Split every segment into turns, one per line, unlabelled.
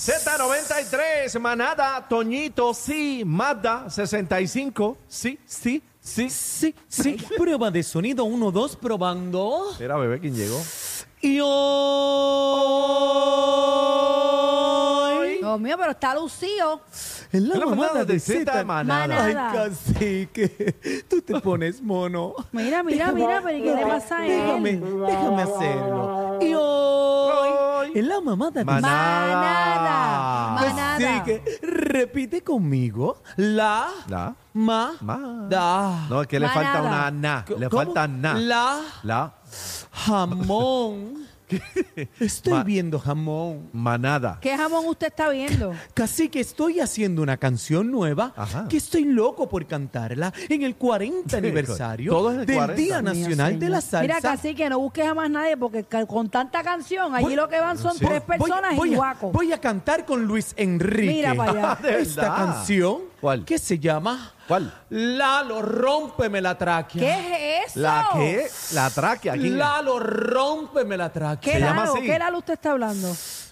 Z93, Manada, Toñito, sí, Mazda, 65, sí, sí, sí, sí, sí.
Prueba de sonido 1, 2, probando.
Era bebé quien llegó.
Y hoy.
Dios mío, pero está lucido.
En
La manada de Z Manada.
Ay,
Manada.
cacique, tú te pones mono.
Mira, mira, mira, pero ¿y qué le pasa a
Déjame,
él?
déjame hacerlo. Y hoy. En la mamada de
Manada.
Manada. Manada.
Así que repite conmigo. La.
La.
Ma.
Ma.
Da.
No, es que le
Manada.
falta una na. Le
¿Cómo?
falta na.
La.
La
Jamón. Estoy
Ma-
viendo jamón.
manada.
¿Qué jamón usted está viendo?
Casi que estoy haciendo una canción nueva
Ajá.
que estoy loco por cantarla en el 40 aniversario
todo es el
del
40.
Día Nacional de la Salsa.
Mira, casi que no busques a más nadie porque ca- con tanta canción, allí
Voy-
lo que van son
Sí.
tres
Voy-
personas
voy,
y
a-
guaco.
voy a cantar con Luis Enrique.
Mira para allá.
Ah, de
Esta
verdad.
canción
¿Cuál?
que se llama
¿Cuál?
Lalo, rómpeme la tráquea.
¿Qué es eso?
La que la tráquea aquí.
Lalo, rómpeme la tráquea.
¿Qué
Se llama
Lalo?
así.
¿Qué Lalo usted está hablando?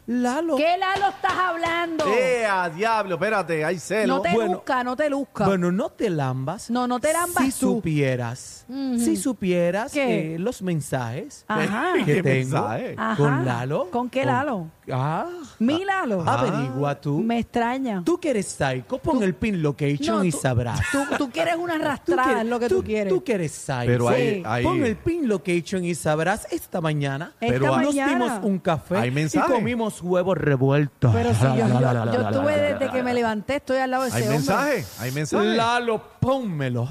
Lalo.
¿Qué Lalo estás hablando?
¡Eh, a diablo! Espérate, hay celo.
No te
Bueno.
luzca, no te luzca.
Bueno, no te lambas.
No, no te lambas
Si
tú.
supieras, si supieras
¿Qué?
eh, los mensajes
Ajá.
que
¿Qué
tengo
mensaje?
Ajá.
con Lalo.
¿Con qué Lalo?
Ah,
Mi Lalo.
Ah.
averigua tú.
Me extraña.
Ah, Tú que eres psycho, pon el pin location
No,
y
tú-
sabrás.
Tú, tú quieres una arrastrada, es lo que tú, quieres.
Tú que eres psycho.
Pero
ahí-
Sí.
ahí-
Pon el pin location y sabrás. Esta mañana
Esta
nos
mañana.
dimos un café
Hay
y
mensaje.
comimos huevos revueltos.
Pero si yo, yo, yo estuve desde que me levanté, estoy al lado de ese
Hay
hombre.
mensaje, hay mensaje.
Lalo, pónmelo.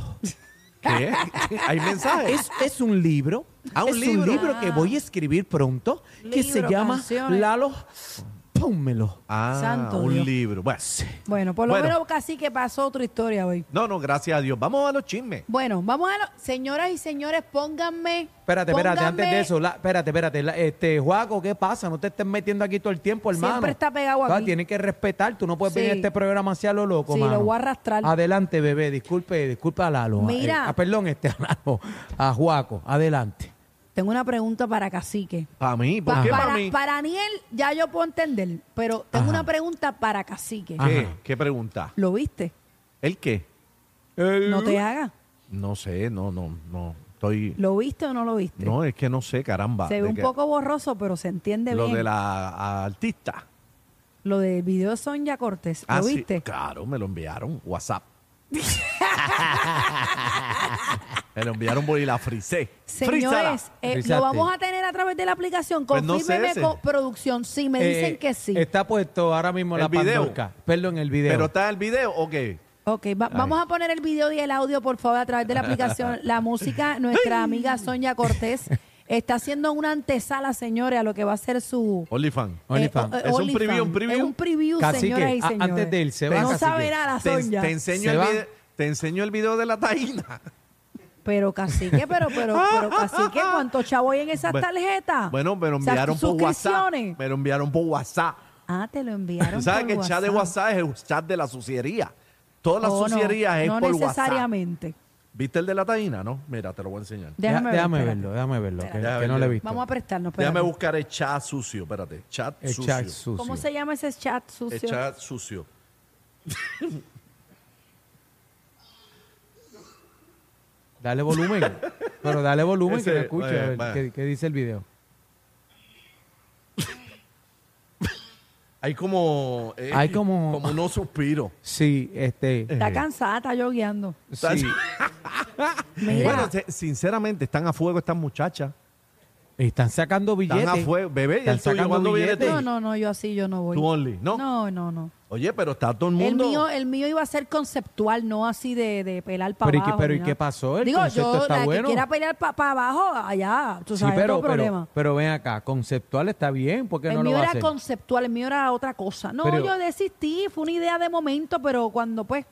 ¿Qué? hay mensaje.
Es, Ah, es un libro.
Ah, un
es
libro.
un libro Ah. que voy a escribir pronto que se
Libro,
llama
canciones.
Lalo, pónmelo.
Ah,
Santo
un
Dios.
libro. Bueno, sí.
Bueno, por lo
Bueno.
menos casi que pasó otra historia hoy.
No, no, gracias a Dios. Vamos a los chismes.
Bueno, vamos a... lo- Señoras y señores, pónganme...
Espérate, espérate,
pónganme-
antes de eso, la- espérate, espérate, la- este, Juaco, ¿qué pasa? No te estés metiendo aquí todo el tiempo, hermano.
Siempre está pegado
Ah,
aquí.
Tienes que respetar, tú no puedes
Sí.
venir a este programa hacia lo loco,
Sí, lo
mano.
voy a arrastrar.
Adelante, bebé, disculpe, disculpe a Lalo.
Mira.
Ah, perdón, este, a Lalo, a Juaco, adelante.
Tengo una pregunta para Cacique.
Para mí, ¿por
Pa-
qué para
para,
mí?
para Aniel, ya yo puedo entender, pero tengo
Ajá.
una pregunta para Cacique.
¿Qué?
Ajá.
¿Qué pregunta?
¿Lo viste?
¿El qué?
No te hagas.
No sé, no, no, no. Estoy.
¿Lo viste o no lo viste?
No, es que no sé, caramba.
se
de
ve un
que-
poco borroso, pero se entiende
Lo
bien.
de la a- artista.
Lo del video de Sonia Cortés, ¿lo
Ah, sí,
viste?
claro, me lo enviaron. WhatsApp. me lo enviaron por y la frisé.
Señores, eh,
Frisaste.
lo vamos a tener a través de la aplicación.
Pues no sé
Confírmeme
ese.
con producción. Sí, me dicen
Eh,
que sí.
Está puesto ahora mismo
¿El
la
video?
pandorca. Perdón, el video.
¿Pero está el video o qué?
Ok, va- vamos a poner el video y el audio, por favor, a través de la aplicación. La música, nuestra amiga Sonia Cortés está haciendo una antesala, señores, a lo que va a ser su...
OnlyFans.
OnlyFans.
eh,
Es un preview, un preview.
Es un preview,
Cacique,
señoras y
a-
señores.
antes de irse, va,
No
cacique.
sabe nada,
Te,
Sonia.
te enseño
Se
el
va.
video, te enseño el video de la taína.
Pero cacique, pero, pero, pero cacique, ¿cuánto chavo hay en esas
Bueno,
tarjetas?
Bueno, me lo
O sea,
enviaron por WhatsApp.
suscripciones.
Me lo enviaron por WhatsApp.
Ah, te lo enviaron
Tú sabes
por
que el chat de WhatsApp es el chat de la suciería. Todas las
Oh, no,
sucierías es
no
por WhatsApp.
necesariamente.
¿Viste el de la taína? No, mira, te lo voy a enseñar.
Deja-
Déjame, ver,
déjame
espérate.
verlo, déjame verlo, que,
Espérate.
que no lo he visto.
Vamos a prestarnos.
Déjame
espérate.
buscar el chat sucio, espérate. Chat
el
sucio.
chat sucio.
¿Cómo se llama ese chat
El
sucio?
chat sucio.
Dale volumen. pero dale volumen
Ese, eh,
que lo escuche.
vaya,
a ver,
vaya.
¿qué, qué dice el video?
Hay como. eh,
Hay como-
Como unos suspiros.
Sí, este.
Está cansada, está yogueando.
Sí.
Mira,
Bueno, se- sinceramente, están a fuego estas muchachas.
Están sacando billetes.
a fuego. Bebé, ¿y
Están
el tuyo cuándo
sacando
viene
billetes.
tú?
No, no, no, yo así yo no voy.
Tú only, ¿no?
No, no, no.
Oye, pero está todo el
El
mundo.
mío, el mío iba a ser conceptual, no así de, de pelar para
Pero ¿y qué-
abajo.
pero
ni
¿y
nada.
qué pasó? El
Digo,
concepto
yo,
está
la
bueno.
que quiera pelear para abajo, allá, tú
Sí,
sabes,
pero,
no hay problema.
pero, pero ven acá, conceptual está bien, porque no
el
lo
mío
va a
era
hacer?
conceptual, el mío era otra cosa. No,
Pero-
yo desistí, fue una idea de momento, pero cuando pues...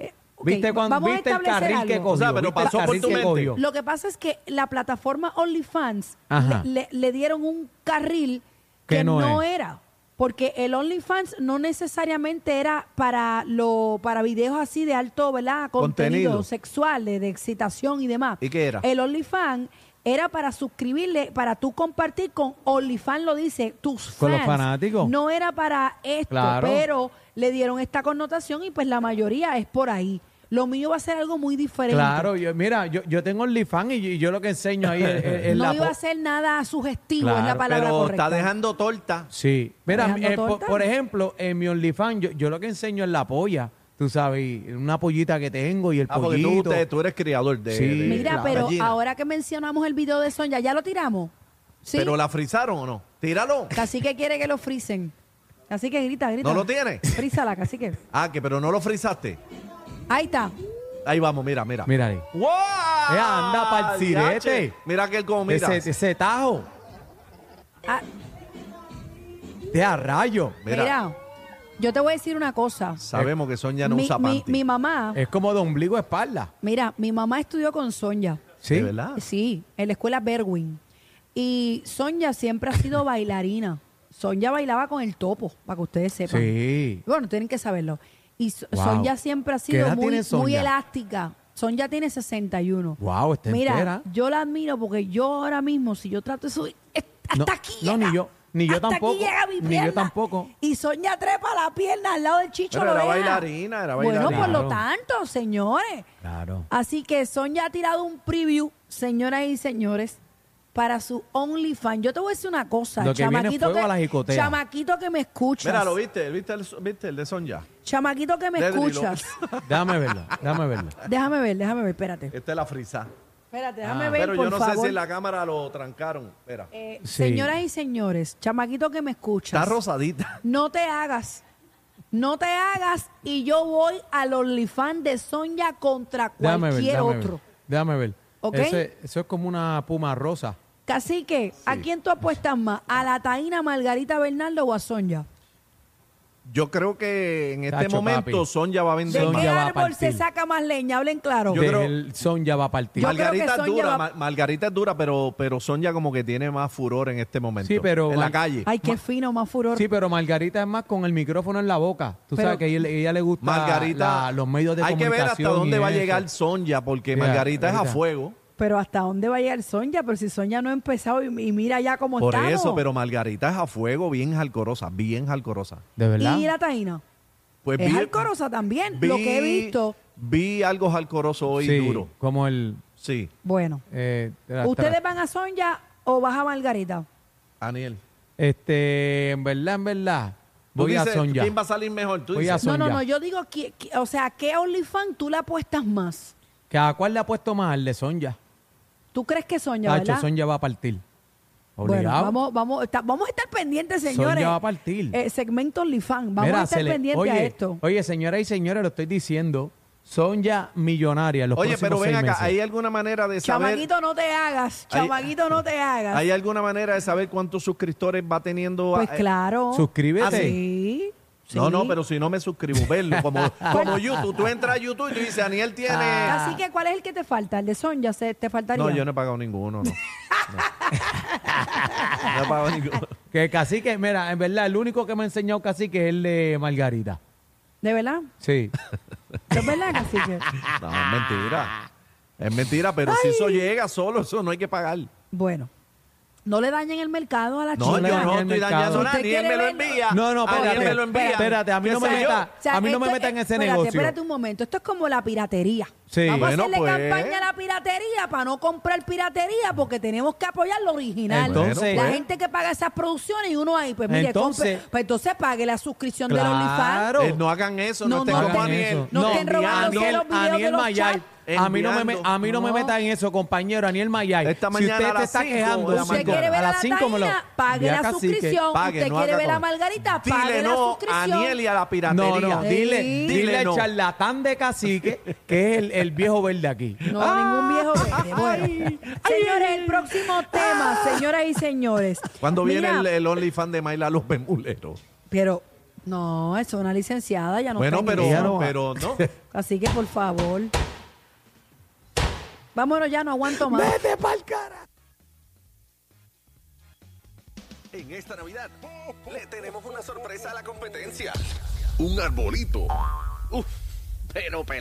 eh, ok,
¿Viste, cuando,
vamos a
¿viste el
establecer
carril que
algo.
cogió?
O sea, pero
¿Viste el
pasó por
carril
tu
que
mente.
cogió?
Lo que pasa es que la plataforma OnlyFans
Ajá.
le, le- le dieron un carril
Que
que,
no
no,
es.
era. Porque el OnlyFans no necesariamente era para lo para videos así de alto ¿verdad? contenido,
Contenido.
sexual, de, de excitación y demás.
¿Y qué era?
El OnlyFans era para suscribirle, para tú compartir con OnlyFans, lo dice, tus fans.
Con los fanáticos.
No era para esto,
Claro.
pero le dieron esta connotación y pues la mayoría es por ahí. Lo mío va a ser algo muy diferente.
Claro, yo, mira, yo, yo tengo OnlyFans y, y yo lo que enseño ahí es, es- es
no
la...
iba
po-
a ser nada sugestivo,
Claro,
es la palabra
Ah, pero
correcta.
está dejando torta.
Sí. Mira,
Dejando
eh, por,
torta.
por ejemplo, en mi OnlyFans, yo, yo lo que enseño es la polla, tú sabes, y una pollita que tengo y el
Ah, porque tú,
pollito.
usted- tú eres criador de.
Sí.
de-
Mira,
de
pero
gallina.
ahora que mencionamos el video de Sonia, ¿ya lo tiramos? Sí.
¿Pero la frizaron o no? Tíralo.
Cacique quiere que lo frisen. Así que grita, grita.
¿No lo tiene?
Frízala, cacique.
Ah, que pero no lo frizaste.
Ahí está.
Ahí vamos, mira, mira.
Mira ahí.
¡Wow!
Eh, anda pa'l
Yache.
sirete.
Mira que él como mira.
Ese, ese tajo,
Ah,
de a rayo.
mira.
Mira.
yo te voy a decir una cosa.
Sabemos que Sonia no
mi,
usa
mi-
panty. Eh.
mi mamá,
Es como de ombligo a espalda.
mira, mi mamá estudió con Sonia.
Sí.
¿De verdad?
Sí, en la escuela Berwin. Y Sonia siempre ha sido bailarina. Sonia bailaba con el topo, para que ustedes sepan.
Sí.
Bueno, tienen que saberlo. Y So-
Wow.
Sonia siempre ha
¿Qué
sido
edad
muy,
tiene Sonia?
muy elástica. Sonia tiene 61.
Wow, está
Mira,
entera.
yo la admiro porque yo ahora mismo, si yo trato de subir, es- hasta
No,
aquí
no,
llega.
ni yo- ni yo
Hasta aquí
tampoco.
llega mi
Ni yo
pierna.
tampoco.
Y Sonia trepa la pierna al lado del Chicho
Pero era
Loreja.
bailarina, era
Bueno, por
bailarina.
lo tanto, señores.
Claro.
Así que Sonia ha tirado un preview, señoras y señores, para su OnlyFans. Yo te voy a decir una cosa.
Lo que viene es fuego a la jicotea.
chamaquito que me escuchas.
Mira, ¿lo viste? ¿Viste el, viste el de Sonia?
Chamaquito que me
Dele, dilo.
escuchas.
Déjame verlo, déjame verlo.
Déjame ver, déjame ver, espérate.
Esta es Este la frisa.
Espérate, déjame ver,
Ah, Pero
por
yo no
favor.
sé si en la cámara lo trancaron. Espera.
Eh,
Sí.
Señoras y señores, chamaquito que me escuchas.
Está rosadita.
No te hagas. No te hagas y yo voy al OnlyFans de Sonia contra
Déjame
cualquier
ver, déjame
otro.
ver. Déjame ver.
¿Ok?
Ese- eso es como una puma rosa.
Cacique, ¿a quién tú apuestas más? ¿A la Taína Margarita Bernardo o a Sonia?
Yo creo que en este
Tacho,
momento
papi.
Sonia va a
¿De
vender
Sonia
qué
va a
árbol se
partir.
saca más leña? Hablen claro.
Yo
De
creo-
el son ya va a partir.
Yo creo
Margarita
que
es
Sonia
dura,
va-
Ma- Margarita es dura, pero, pero Sonia como que tiene más furor en este momento.
Sí, pero
En la
Mar-
calle.
Ay, qué fino, más furor.
Sí, pero Margarita es más con el micrófono en la boca. Tú
Pero-
sabes que a ella, ella le gusta
Margarita,
la- los medios de
hay que ver
comunicación.
hasta dónde
y
va a
eso.
llegar Sonia, porque
Mira,
Margarita es a
Margarita.
fuego.
Pero ¿hasta dónde va a llegar Sonia? Pero si Sonia no ha empezado y, y mira ya cómo
Por
estamos.
eso, pero Margarita es a fuego, bien jalcorosa, bien jalcorosa.
De verdad.
Y la Taína.
Pues
Es
vi-
alcorosa también, lo que he visto.
Vi algo jalcoroso hoy
Sí,
duro.
Como el.
Sí,
Bueno,
eh, tra- tra-
¿ustedes van a Sonia o vas a Margarita?
Aniel.
Este, en verdad, en verdad.
Tú
Voy a
dices,
Sonia.
¿Quién va a salir mejor? Tú
Voy a
dices,
No, no,
Sonia.
no, yo digo, que, que- o sea, ¿qué OnlyFans tú le apuestas más?
¿Que ¿A cuál le ha puesto más? Al de Sonia.
¿Tú crees que Sonia,
Tacho,
verdad?
Sonia va a partir.
bueno,
Obligado.
vamos, vamos, está- vamos a estar pendientes, señores.
Sonia va a partir.
Eh, segmento OnlyFans, vamos
Mira,
a estar
se le-
pendientes
oye,
a esto.
Oye, señoras y señores, lo estoy diciendo. Son ya millonarias los
Oye, pero
próximos
ven
seis
acá,
meses.
¿hay alguna manera de saber?
Chamaquito, no te hagas,
Hay-
chamaquito, no te hagas.
¿Hay alguna manera de saber cuántos suscriptores va teniendo?
Pues
eh,
claro.
suscríbete.
Ah, sí.
No,
sí.
no, pero si no me suscribo, verlo. Como, como YouTube. Tú entras a YouTube y tú dices, Aniel tiene.
Ah, Así que, ¿cuál es el que te falta? El de Sonia, se- ¿te faltaría?
No, yo no he pagado ninguno, no. No, No he pagado ninguno.
Que cacique, mira, en verdad, el único que me ha enseñado cacique es el de Margarita.
¿De verdad?
Sí.
¿Es verdad, cacique?
No, es mentira. Es mentira, pero si eso llega solo, eso no hay que pagar.
Bueno, no le dañen el mercado a la
No,
chica.
yo no
dañe el
estoy dañando
mercado. Si
nada,
Ah, usted
ni él me
quiere
lo
verlo-
envía.
No, no,
A Aniel
espérate,
me lo envía.
espérate, a mí
¿Qué
no me
sé yo?
meta.
O sea,
A mí no me
esto-
metan en ese
espérate,
negocio.
Espérate un momento, esto es como la piratería.
Sí.
Vamos
Bueno,
a hacerle
pues.
campaña a la piratería para no comprar piratería porque tenemos que apoyar lo original.
Entonces-
la
Bueno, pues.
gente que paga esas producciones y uno ahí, pues mire,
Entonces-
compre- pues entonces pague la suscripción de
Claro.
OnlyFans.
Claro.
Eh, no hagan eso, no,
No,
estén
no
como
hagan
Aniel.
eso.
No,
No,
estén
ni
robándose
Aniel-
los videos
Aniel
de los
Mayar.
chats.
a mí no me, me-
enviando.
a mí no, me
No.
metan en eso, compañero. Daniel Mayay.
Esta
si
mañana
usted
a
te
las
está
cinco
quejando,
de la
Usted
Marco,
quiere ver
a
a
las
la
5 me lo...
taína, pague
Ve
la
acá, sí, que-
suscripción.
Pague,
Usted
no
quiere
haga
ver la
todo.
margarita, pague
Dile
la
no a
suscripción.
Aniel y a la
No,
piratería.
no,
Sí.
dile, dile al
no.
charlatán de cacique que es el, el viejo verde aquí.
No, ningún viejo
Ah.
pues. verde. Bueno, señores, el próximo tema, señoras y señores.
¿Cuándo viene
Mira, eh,
el, eh? el OnlyFans de Mayla López Mulero?
Pero, no, es una licenciada, ya no
bueno,
está en
pero
eso.
ella no va.
pero no.
Así que, por favor. Vámonos ya, no aguanto más.
En esta Navidad le tenemos una sorpresa a la competencia. Un arbolito. Uf, pero pelado.